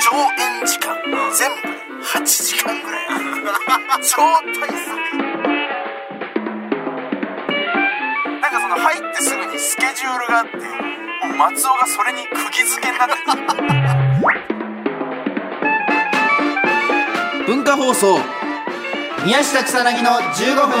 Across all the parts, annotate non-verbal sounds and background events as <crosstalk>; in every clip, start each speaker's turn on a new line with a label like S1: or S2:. S1: 3時間全部で8時間ぐらいある超大作なんかその入ってすぐにスケジュールがあってもう松尾がそれに釘付けになってた
S2: 文化放送宮下草薙の15分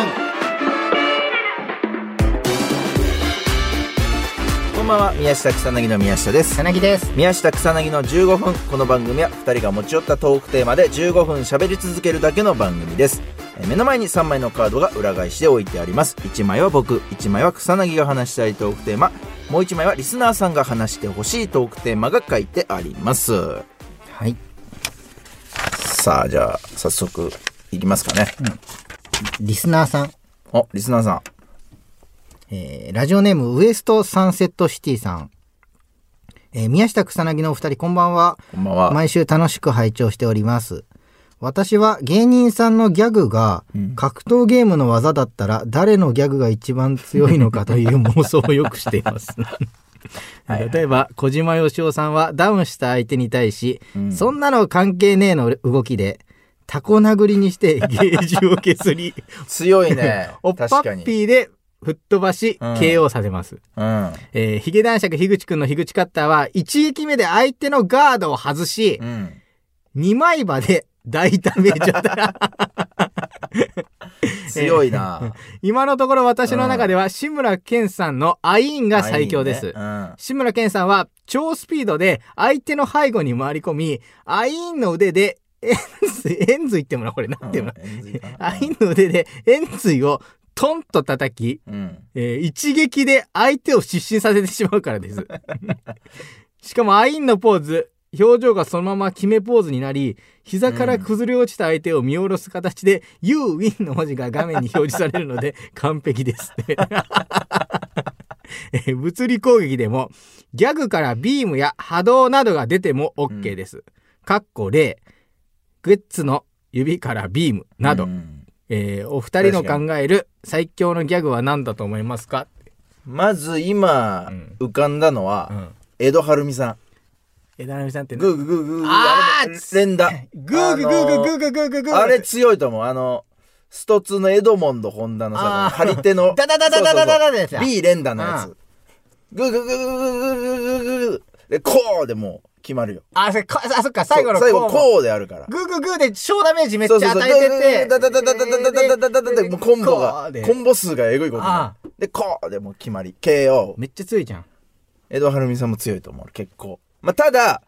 S2: こんばんは宮下草薙の宮下です
S3: さなぎです。
S2: 宮下草薙の15分この番組は2人が持ち寄ったトークテーマで15分喋り続けるだけの番組ですえー目の前に3枚のカードが裏返しで置いてあります1枚は僕1枚は草薙が話したいトークテーマもう1枚はリスナーさんが話してほしいトークテーマが書いてあります
S3: はい。
S2: さあじゃあ早速いきますかね、
S3: リスナーさん。
S2: おリスナーさん
S3: えーラジオネームウエストサンセットシティさん。えー宮下草薙のお二人こんばんは。
S2: こんばんは
S3: 毎週楽しく拝聴しております。私は芸人さんのギャグが格闘ゲームの技だったら誰のギャグが一番強いのかという妄想をよくしてい <laughs> ます。例えば小島よしおさんはダウンした相手に対し、そんなの関係ねえの動きでタコ殴りにしてゲージを削り
S2: 強いね
S3: <laughs> おっぱ
S2: 確か
S3: っ
S2: に
S3: ぴーで吹っ飛ばし
S2: うん
S3: KO させます。
S2: うん
S3: えー、ヒゲ男爵樋口くんの樋口カッターは一撃目で相手のガードを外し、
S2: うん
S3: 二枚刃で大ダメージを与え
S2: <laughs>
S3: た。
S2: 強い
S3: <laughs>
S2: な
S3: 今のところ私の中では志村けんさんのアイーンが最強です。
S2: いいねうん
S3: 志村けんさんは超スピードで相手の背後に回り込み、アイーンの腕で、円髄、円髄ってもな、これなんていうの、
S2: うん円髄かな
S3: アイーンの腕で円髄をトンと叩き、
S2: うん
S3: えー一撃で相手を失神させてしまうからです。 <laughs> しかもアインのポーズ、表情がそのまま決めポーズになり、膝から崩れ落ちた相手を見下ろす形で、You Win の文字が画面に表示されるので <laughs> 完璧です、ね <laughs> えー物理攻撃でも、ギャグからビームや波動などが出ても OK です。かっこ例、グッズの指からビームなど
S2: う、ん
S3: えーお二人の考える最強のギャグは何だと思いますか、
S2: まず今
S3: うん
S2: 浮かんだのは、
S3: うん、
S2: 江戸晴美さ
S3: 枝波さんって
S2: ん
S3: ね
S2: グーグーグーグーグー
S3: あー
S2: あれも連打
S3: グーグーグーグーグーグーグーグーグー
S2: あのあれ強いと思うあのストツのエドモンド・ホンダの
S3: あー
S2: さ張り手の
S3: ダダダダダダダダのやつ
S2: そ
S3: や
S2: うそうそう B 連打のや
S3: う
S2: つグーグーグーグーグーグーグーグーグーでこうでもう決まるよ
S3: あそれかあそっか最後の
S2: そう最後
S3: こ
S2: こうであるから
S3: うグーグーグーで小ダメージめっち
S2: そう
S3: ゃ
S2: そうそう
S3: 与えてて
S2: ダダダダダダダダダダダダもうコンボが
S3: こうで
S2: コンボ数がえぐいことに
S3: あ
S2: なるでこうでもう決まり KO
S3: めっちゃ強いじゃん
S2: 江戸晴美さんも強いと思う結構まあただ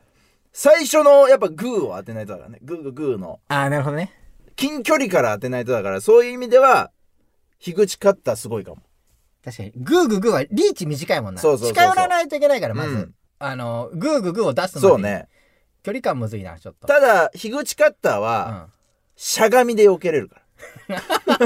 S2: 最初のやっぱグーを当てないとだからねグーグーグーの
S3: あーなるほどね
S2: 近距離から当てないとだからそういう意味では樋口カッターすごいかも
S3: 確かにグーグーグーはリーチ短いもんな
S2: そうそうそうそう
S3: 近寄らないといけないからまず、
S2: うん
S3: あのグーグーグーを出す
S2: そ
S3: の
S2: う
S3: に
S2: ね
S3: 距離感むずいなちょっと、
S2: ただ樋口カッター
S3: う
S2: は
S3: ん、
S2: しゃがみで避けれるから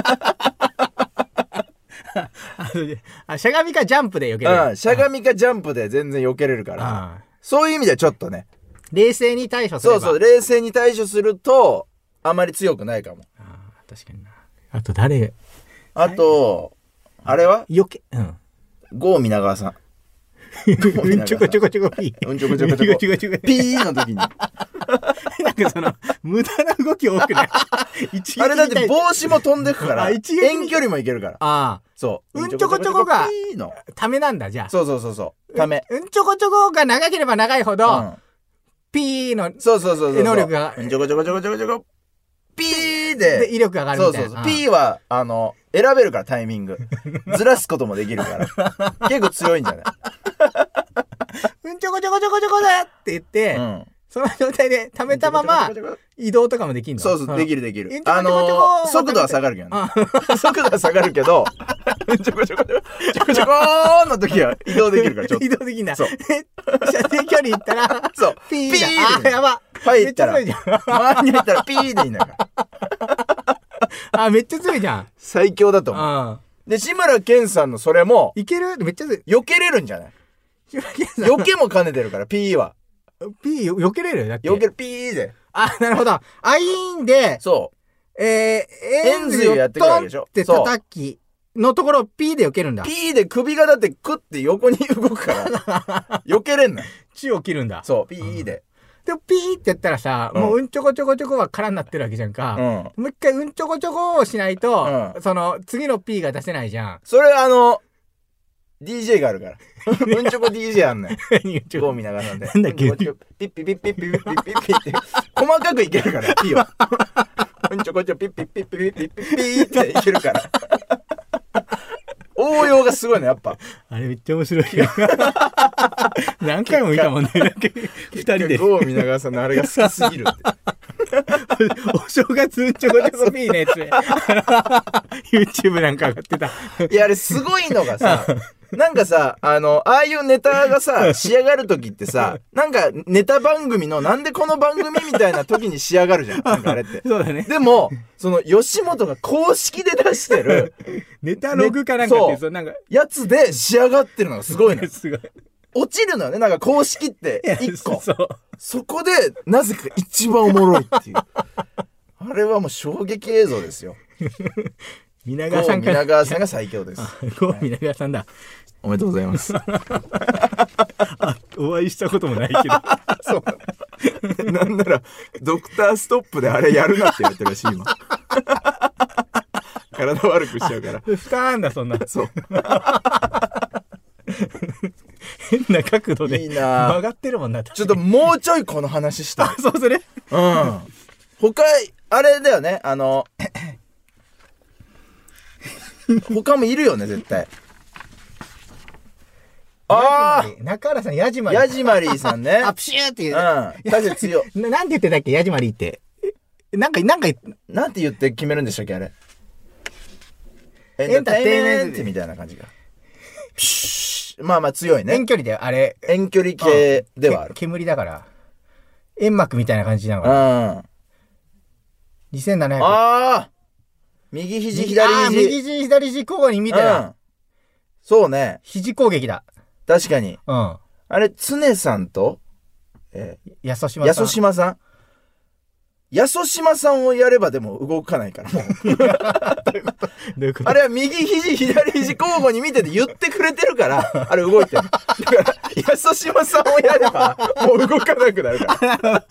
S3: あのあしゃがみかジャンプでよける
S2: うん、しゃがみかジャンプで全然避けれるから、
S3: あ
S2: そういう意味ではちょっとね、
S3: ー冷静に対処すれ
S2: そう
S3: ば
S2: そう、冷静に対処すると、あまり強くないかも。
S3: あー確かになあと誰
S2: あと、あれは
S3: よけうん
S2: 郷皆川さん。
S3: うんちょこちょこちょこピー。
S2: うんちょこちょこちょこ。
S3: ちょこちょこ
S2: ピーの
S3: <laughs>
S2: 時に。あ
S3: なんかその、無駄な動き多く
S2: <laughs>
S3: ない。一撃みたい
S2: れだって帽子も飛んでくから、
S3: あ一撃みたい
S2: 遠距離もいけるから。
S3: あ
S2: そう。
S3: うんちょこちょこが
S2: ピーの。
S3: あ、ためなんだ、じゃあ。
S2: そうそうそうそう。ため。
S3: うんちょこちょこが長ければ長いほ
S2: う
S3: ど、
S2: ん
S3: ピーの、
S2: そうそうそうそう。
S3: 能力が
S2: うんちょこちょこちょこちょこちょこ。ピー
S3: で
S2: で。
S3: 威力が上が
S2: そ
S3: るみ
S2: う
S3: たい
S2: そ
S3: な。
S2: うそう。P は、あの、選べるからタイミング。ずらすこともできる
S3: <laughs>
S2: から。結構強いんじゃない
S3: うんうんちょこちょこちょこちょこだって言って、
S2: うん。
S3: その状態で溜めたまま、移動とかもできるの
S2: そうそう、でき
S3: る。
S2: るできる
S3: うん。ちょこち
S2: あ
S3: ょこちょこ
S2: のー、速度は下がるけど
S3: あ
S2: ね。 <laughs> 速度は下がるけど、ちょこちょこちょこちょこちょこーの時は移動できるから、ちょっ
S3: <laughs> 移動できんだ。
S2: そう
S3: 射程距離行った
S2: <laughs>
S3: ら、
S2: と。そう。
S3: ピー
S2: ピー
S3: だ。あー、やば。
S2: 入ったら、
S3: めっちゃ強いじ
S2: 周りに入ったらピーでい
S3: <laughs>
S2: いんだから。
S3: あー、めっちゃ強いじゃん。
S2: 最強だと思う。
S3: あ
S2: で、志村けんさんのそれも、
S3: いけるめっちゃ強い。
S2: 避けれるんじゃない
S3: 志村けんさん
S2: 避けも兼ねてるから、ピーは。
S3: ピーよ、避けれるだって。
S2: 避ける、ピーで。
S3: あ、なるほど。アイーンで、
S2: そ
S3: えー、
S2: エンズイをやってくるわけでしょ
S3: トンって叩きのところをピーで避けるんだ
S2: う。。ピーで首がだって
S3: <laughs>
S2: クッて横に動くから、避けれんのよ。
S3: 血を切るんだ。
S2: そう、ピーで。
S3: でピーってやったらさ、
S2: うん
S3: もううんちょこちょこちょこは空になってるわけじゃん
S2: う
S3: か。
S2: ん。
S3: もう一回うんちょこちょこをしないと、
S2: う。
S3: その次の P が出せないじゃん
S2: それあの、DJ があるから。うんちょこ DJ あんのよ。
S3: 何ち
S2: ゴミ流さんで。
S3: なんだっけ
S2: うんちょこピッピピッピッピッピッピッピッって。細かくいけるから、ピーは。うんちょこちょピッピッピッピッピッピッピッっていけるから。応用がすごいね、やっぱ。
S3: あれめっちゃ面白いよ。 <laughs> 何回も見たもんね。なんか二人で。
S2: ゴミ流さんのあれが好きすぎるって。
S3: お正月うんちょこちょこ P のやつで。YouTube なんか上がってた。
S2: いや、あれすごいのがさ、なんかさ、あの、ああいうネタがさ、仕上がる時ってさ、なんかネタ番組の、なんでこの番組みたいな時に仕上がるじゃん。なんかあれって。
S3: そうだ <laughs> ね。
S2: でも、その、吉本が公式で出してる
S3: ネタログかなんかって、
S2: ね
S3: そうなんか、
S2: やつで仕上がってるのがすごいのよ。
S3: すごい。
S2: 落ちるのよね。なんか公式って1個。
S3: そう。
S2: そこで、なぜか一番おもろいっていう。あれはもう衝撃映像ですよ。
S3: 皆川
S2: こ
S3: さ
S2: うん
S3: か
S2: 皆
S3: ら。
S2: 川さんが最強です。
S3: こう、皆川さんだ。
S2: おめでとうござい
S3: <laughs>
S2: ます。
S3: お会いしたこともないけど。 <laughs>
S2: そう。なんなら、ドクターストップであれやるなって言われてるらしい、
S3: <laughs>
S2: 今。体悪くしちゃうから。
S3: 負担あんだ、そんな。
S2: そう。
S3: <laughs> 変な角度で。
S2: いいなぁ
S3: 曲がってるもんな。
S2: ちょっともうちょいこの話したい。
S3: そうする
S2: うん。他、あれだよね、あ <laughs> の、他もいるよね、絶対。あ
S3: 中原さん、ヤジマ
S2: あ
S3: リ。
S2: ヤジマリーさんね。
S3: あ、プシューって
S2: う
S3: い
S2: ん。
S3: う。
S2: 風強い。
S3: ななんて言ってたっけヤジマリーって。えなんか、なんか、
S2: なんて言って決めるんでしたっけ、あれ。エ
S3: エ
S2: ン
S3: ン
S2: タ
S3: タ
S2: ーテ
S3: ー
S2: イ
S3: テ
S2: メ
S3: イメ
S2: ン
S3: ン
S2: ト
S3: ト
S2: みたいな感じが。プシュッまあまあ強いね
S3: 遠。距離だよ、あれ。
S2: 遠距離系ではある
S3: け。煙だから。煙幕みたいな感じなの
S2: う
S3: か
S2: ん。
S3: な。
S2: あ
S3: 2700。
S2: あ右肘、
S3: あ
S2: 左
S3: ー
S2: 肘。
S3: 右肘、左肘、交互に見
S2: う
S3: てた
S2: ん
S3: ら。。
S2: そうね。
S3: 肘攻撃だ。
S2: 確かに。
S3: うん。
S2: あれ、常さんと、え
S3: やそし
S2: ー、
S3: ま
S2: やそしまさん。やそしまさんをやればでも動かないから、もう。あ
S3: れ
S2: れは右肘、左肘交互に見てて言ってくれてるから、あれ動いてる。だから、安島さんをやれば、もう動かなくなるから。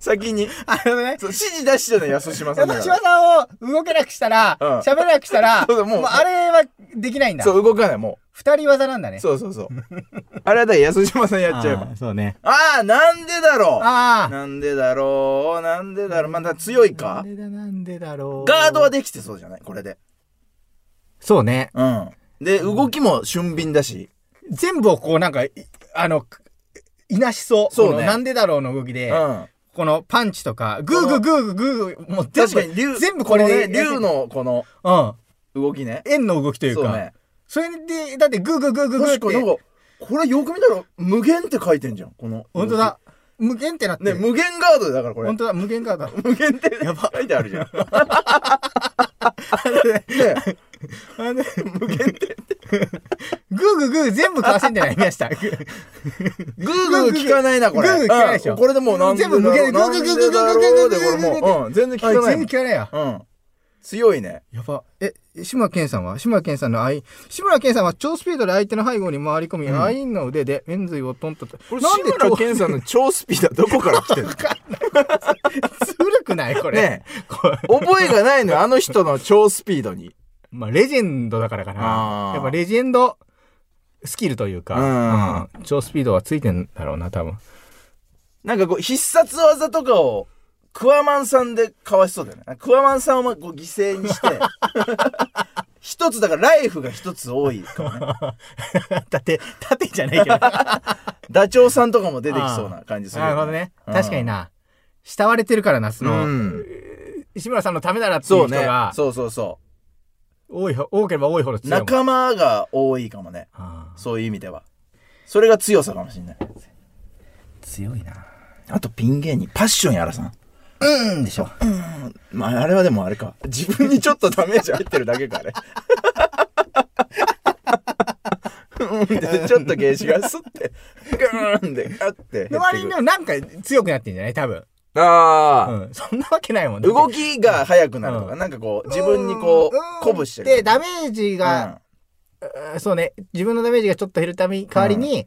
S2: 先に。
S3: <laughs> あのね、
S2: そう指示出してるの安島さんだか
S3: 山島
S2: ら。
S3: さんを動けなくしたら、
S2: うん
S3: 喋、らなくしたら、
S2: <laughs> そうだも
S3: も
S2: う
S3: うあれはできないんだ。
S2: そう、動かない、も
S3: 二人技なんだ
S2: う。
S3: ね。
S2: そうそうそう。あれはだから安島さんやっちゃえば
S3: <laughs> あ。ーそうね。
S2: ああ、なんでだろう。
S3: あ
S2: なんでだろう。なんでだろう。まだ強い
S3: あ。な
S2: か
S3: んでだ、なんでだろう。
S2: ガードはできてそうじゃないこれで。
S3: そうね。
S2: うん。で、動きも俊敏だし。
S3: 全部をこうなんか、いあの、くいなしそう。
S2: そうね
S3: このなんでだろうの動きで、
S2: うん。
S3: このパンチとか、グーグーグーグーグーグー、もう全
S2: 確か
S3: 部、
S2: に竜、
S3: 全部これで、
S2: ね、竜、のこの
S3: うん。
S2: 動きね。
S3: 円の動きという
S2: そう
S3: か、
S2: ね。
S3: それで、だってグーグーグーグーグーっ
S2: 確
S3: て、
S2: かになんか、これよく見たら、無限って書いてんじゃん。この。
S3: 本当だ。。無限ってなって
S2: ね、
S3: る。
S2: 無限ガードだからこれ
S3: 本。当だ、無限ガード。
S2: 無限って書いてあるじゃん。ね、
S3: あの無限って。 <laughs> グーグーグー全部かわせんじゃない宮 <laughs> 下。グー
S2: グーグー聞かないな、これ。
S3: グーグー聞かないでしょ
S2: うんこれでもうなんでだろう
S3: 全部無限
S2: なんでだろうで、これもう、うん、全然聞か
S3: あ
S2: ないも
S3: 全然聞かないや。
S2: ん。うん。強いね。
S3: やば。え、志村けんさんは志村けんさんの愛、志村けんさんは超スピードで相手の背後に回り込み、
S2: ん
S3: アインの腕で円髄をトントンと。
S2: これ、志村けんさんの超スピードはどこから来てるの
S3: 超ずるくないこれ。
S2: ね
S3: これ
S2: 覚えがないのよ、あの人の超スピードに。
S3: まあ、レジェンドだからか
S2: あ
S3: な
S2: ー。
S3: やっぱレジェンドスキルというか、うん超スピードはついてんだろうな、多分。
S2: なんかこう、必殺技とかを、クワマンさんでかわしそうだよね。クワマンさんをこう犠牲にして、 <laughs> 一つ、だからライフが一つ多いかもね。
S3: <laughs> 縦、縦じゃないけど。
S2: <laughs> ダチョウさんとかも出てきそうな感じするよ、
S3: なるほどね。
S2: うん
S3: 確かにな。慕われてるからな、そうの、
S2: ん。
S3: 石村さんのためならってい
S2: そうう
S3: 人
S2: ね
S3: が。、
S2: そうそうそ
S3: 多いほ、多ければ多いほど
S2: う。
S3: 強いもん。
S2: 仲間が多いかもね。
S3: ああ
S2: そういう意味では。それが強さかもしれない。
S3: 強いな。
S2: あとピン芸人、パッションやらさん。
S3: うんでしょ。
S2: まあ、あれはでもあれか。自分にちょっとダメージ入ってるだけか、あれ。うんってちょっとゲージがスッて、グーンで、ガッて減ってく
S3: で
S2: る。
S3: 割にでもなんか強くなってんじゃない多分。う
S2: ああ、
S3: ん。そんなわけないもん
S2: 動
S3: き
S2: きが速くなるとか、
S3: うん
S2: なんかこう、自分にこう、鼓舞してる。
S3: で、ダメージが、うんそうね、自分のダメージがちょっと減るために、代わりに、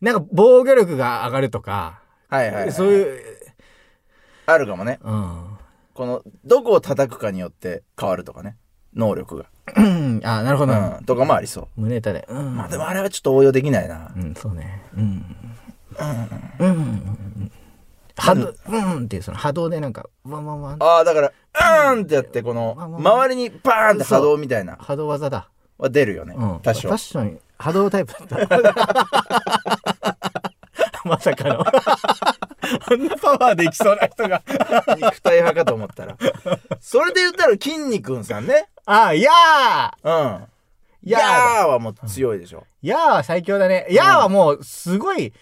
S3: なんか防御力が上がるとか、
S2: はいはい、はい。
S3: そういう、
S2: あるかもね。
S3: うん。
S2: この、どこを叩くかによって変わるとかね。能力が。
S3: あ、なるほど。
S2: うん。とかもありそう。
S3: 胸痛で。うん。
S2: まあでもあれはちょっと応用できないな。
S3: うん、そうね。うん。うん。うん。波動、うんっていう、その波動でなんか、ワンワンワン。
S2: ああ、だから、うーんってやって、この、周りにバーンって波動みたいな、
S3: 波動技だ。
S2: は出るよね
S3: うん。。
S2: 多少
S3: ファッ。ション、波動タイプだった。 <laughs> まさかの。あんなパワーでいきそうな人が。
S2: 肉体派かと思ったら。それで言ったら、筋肉さんね。
S3: あ、いやー
S2: うん。
S3: いや
S2: やー
S3: ー
S2: はもう強いでしょ。
S3: いやー最強だね。いやーはもう、すごい、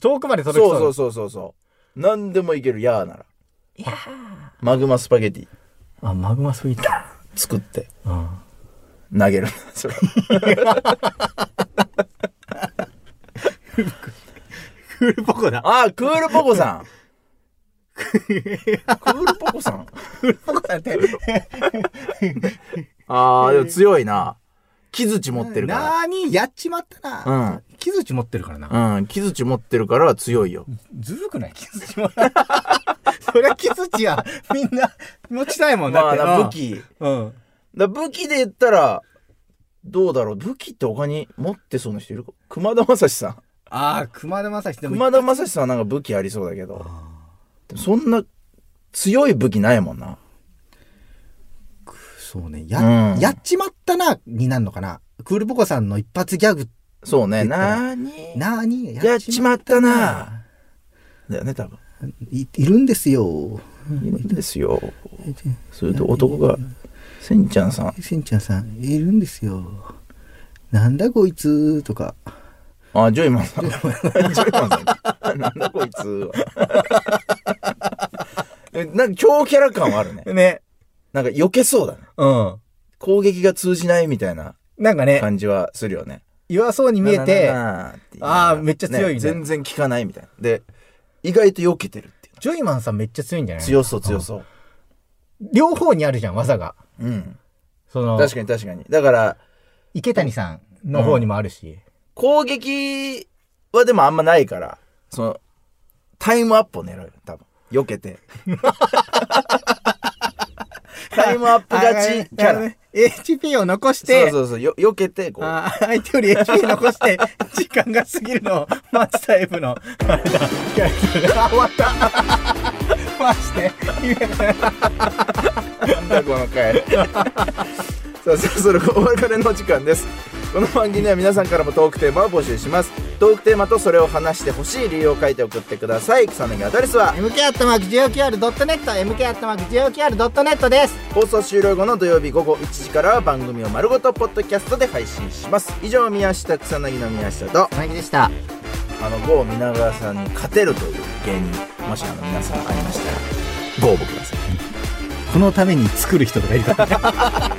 S3: 遠くまで
S2: そう
S3: 届きそう。
S2: そうそうそうそう。何でもいける、やーなら。マグマスパゲティ
S3: あ、マグマスイート。
S2: 作って
S3: うん。
S2: 投げる。それ
S3: クールポ <laughs> コだ。
S2: ああ、クールポコ <laughs> さん。クールポコさん。
S3: ポコだって。
S2: ああ、でも強いな。木槌持ってるから。
S3: なーに、やっちまったな。うん。木槌持ってるからな。
S2: うん、木槌持ってるから強いよ。
S3: ずるくない木槌も。 <laughs> そりゃ木槌は、みんな、持ちたいもん
S2: ま
S3: だっ
S2: あ
S3: て。
S2: な、
S3: うん
S2: 武。器。
S3: うん。
S2: だ武器で言ったら、どうだろう。武器って他に持ってそうな人いるか熊田正史さ
S3: <laughs>
S2: ん。
S3: ああ、熊田正史でも。
S2: 熊田正史さんはなんか武器ありそうだけど。でもそんな強い武器ないもんな。
S3: そうね。や、
S2: うん
S3: やっちまったな、になるのかな。クールポコさんの一発ギャグ、
S2: そうね。
S3: 言ったら
S2: なーに
S3: なーに、
S2: やっちまったな。だよね、多分。
S3: いいるんですよ。
S2: いるんですよ。すると男が、せんちゃんさん。
S3: しんちゃんさん、いるんですよ。なんだこいつとか。
S2: あ、ジョイマンさん。ジョイマンさん。なんだこいつは。えなんか強キャラ感はあるね。
S3: ね。
S2: なんか避けそうだね。
S3: うん。
S2: 攻撃が通じないみたいな
S3: なんかね、
S2: 感じはするよね。
S3: 弱そうに見えて、
S2: あ
S3: あーめっちゃ強いね
S2: 全然効かないみたいな。で、意外と避けてるっていう。
S3: ジョイマンさんめっちゃ強いんじゃない
S2: 強そう強そう。
S3: 両方にあるじゃん、技が。
S2: うん。
S3: その、
S2: 確かに確かに。だから、
S3: 池谷さんの方にもあるし。
S2: 攻撃はでもあんまないから、その、タイムアップを狙うよ、多分。避けて。タイムアップ勝ちキャラ。。
S3: HP を残して、
S2: そうそうそう、よ、避けて、こう。
S3: あー相手より HP 残して時間が過ぎるのを待つタイプのあれだやつが終わったマジで意味わかんない
S2: なんだこの回さあそろそろお別れの時間ですこの番組では皆さんからもトークテーマを募集しますトークテーマとそれを話してほしい理由を書いて送ってください草薙アドレスは
S3: mk.jokr.net mk.jokr.net です
S2: 放送終了後の土曜日午後1時からは番組を丸ごとポッドキャストで配信します以上宮下草薙の宮下と
S3: なぎでした
S2: あの郷皆川さんに勝てるという芸人もしあの皆さんありましたらご応募ください
S3: このために作る人とかいるから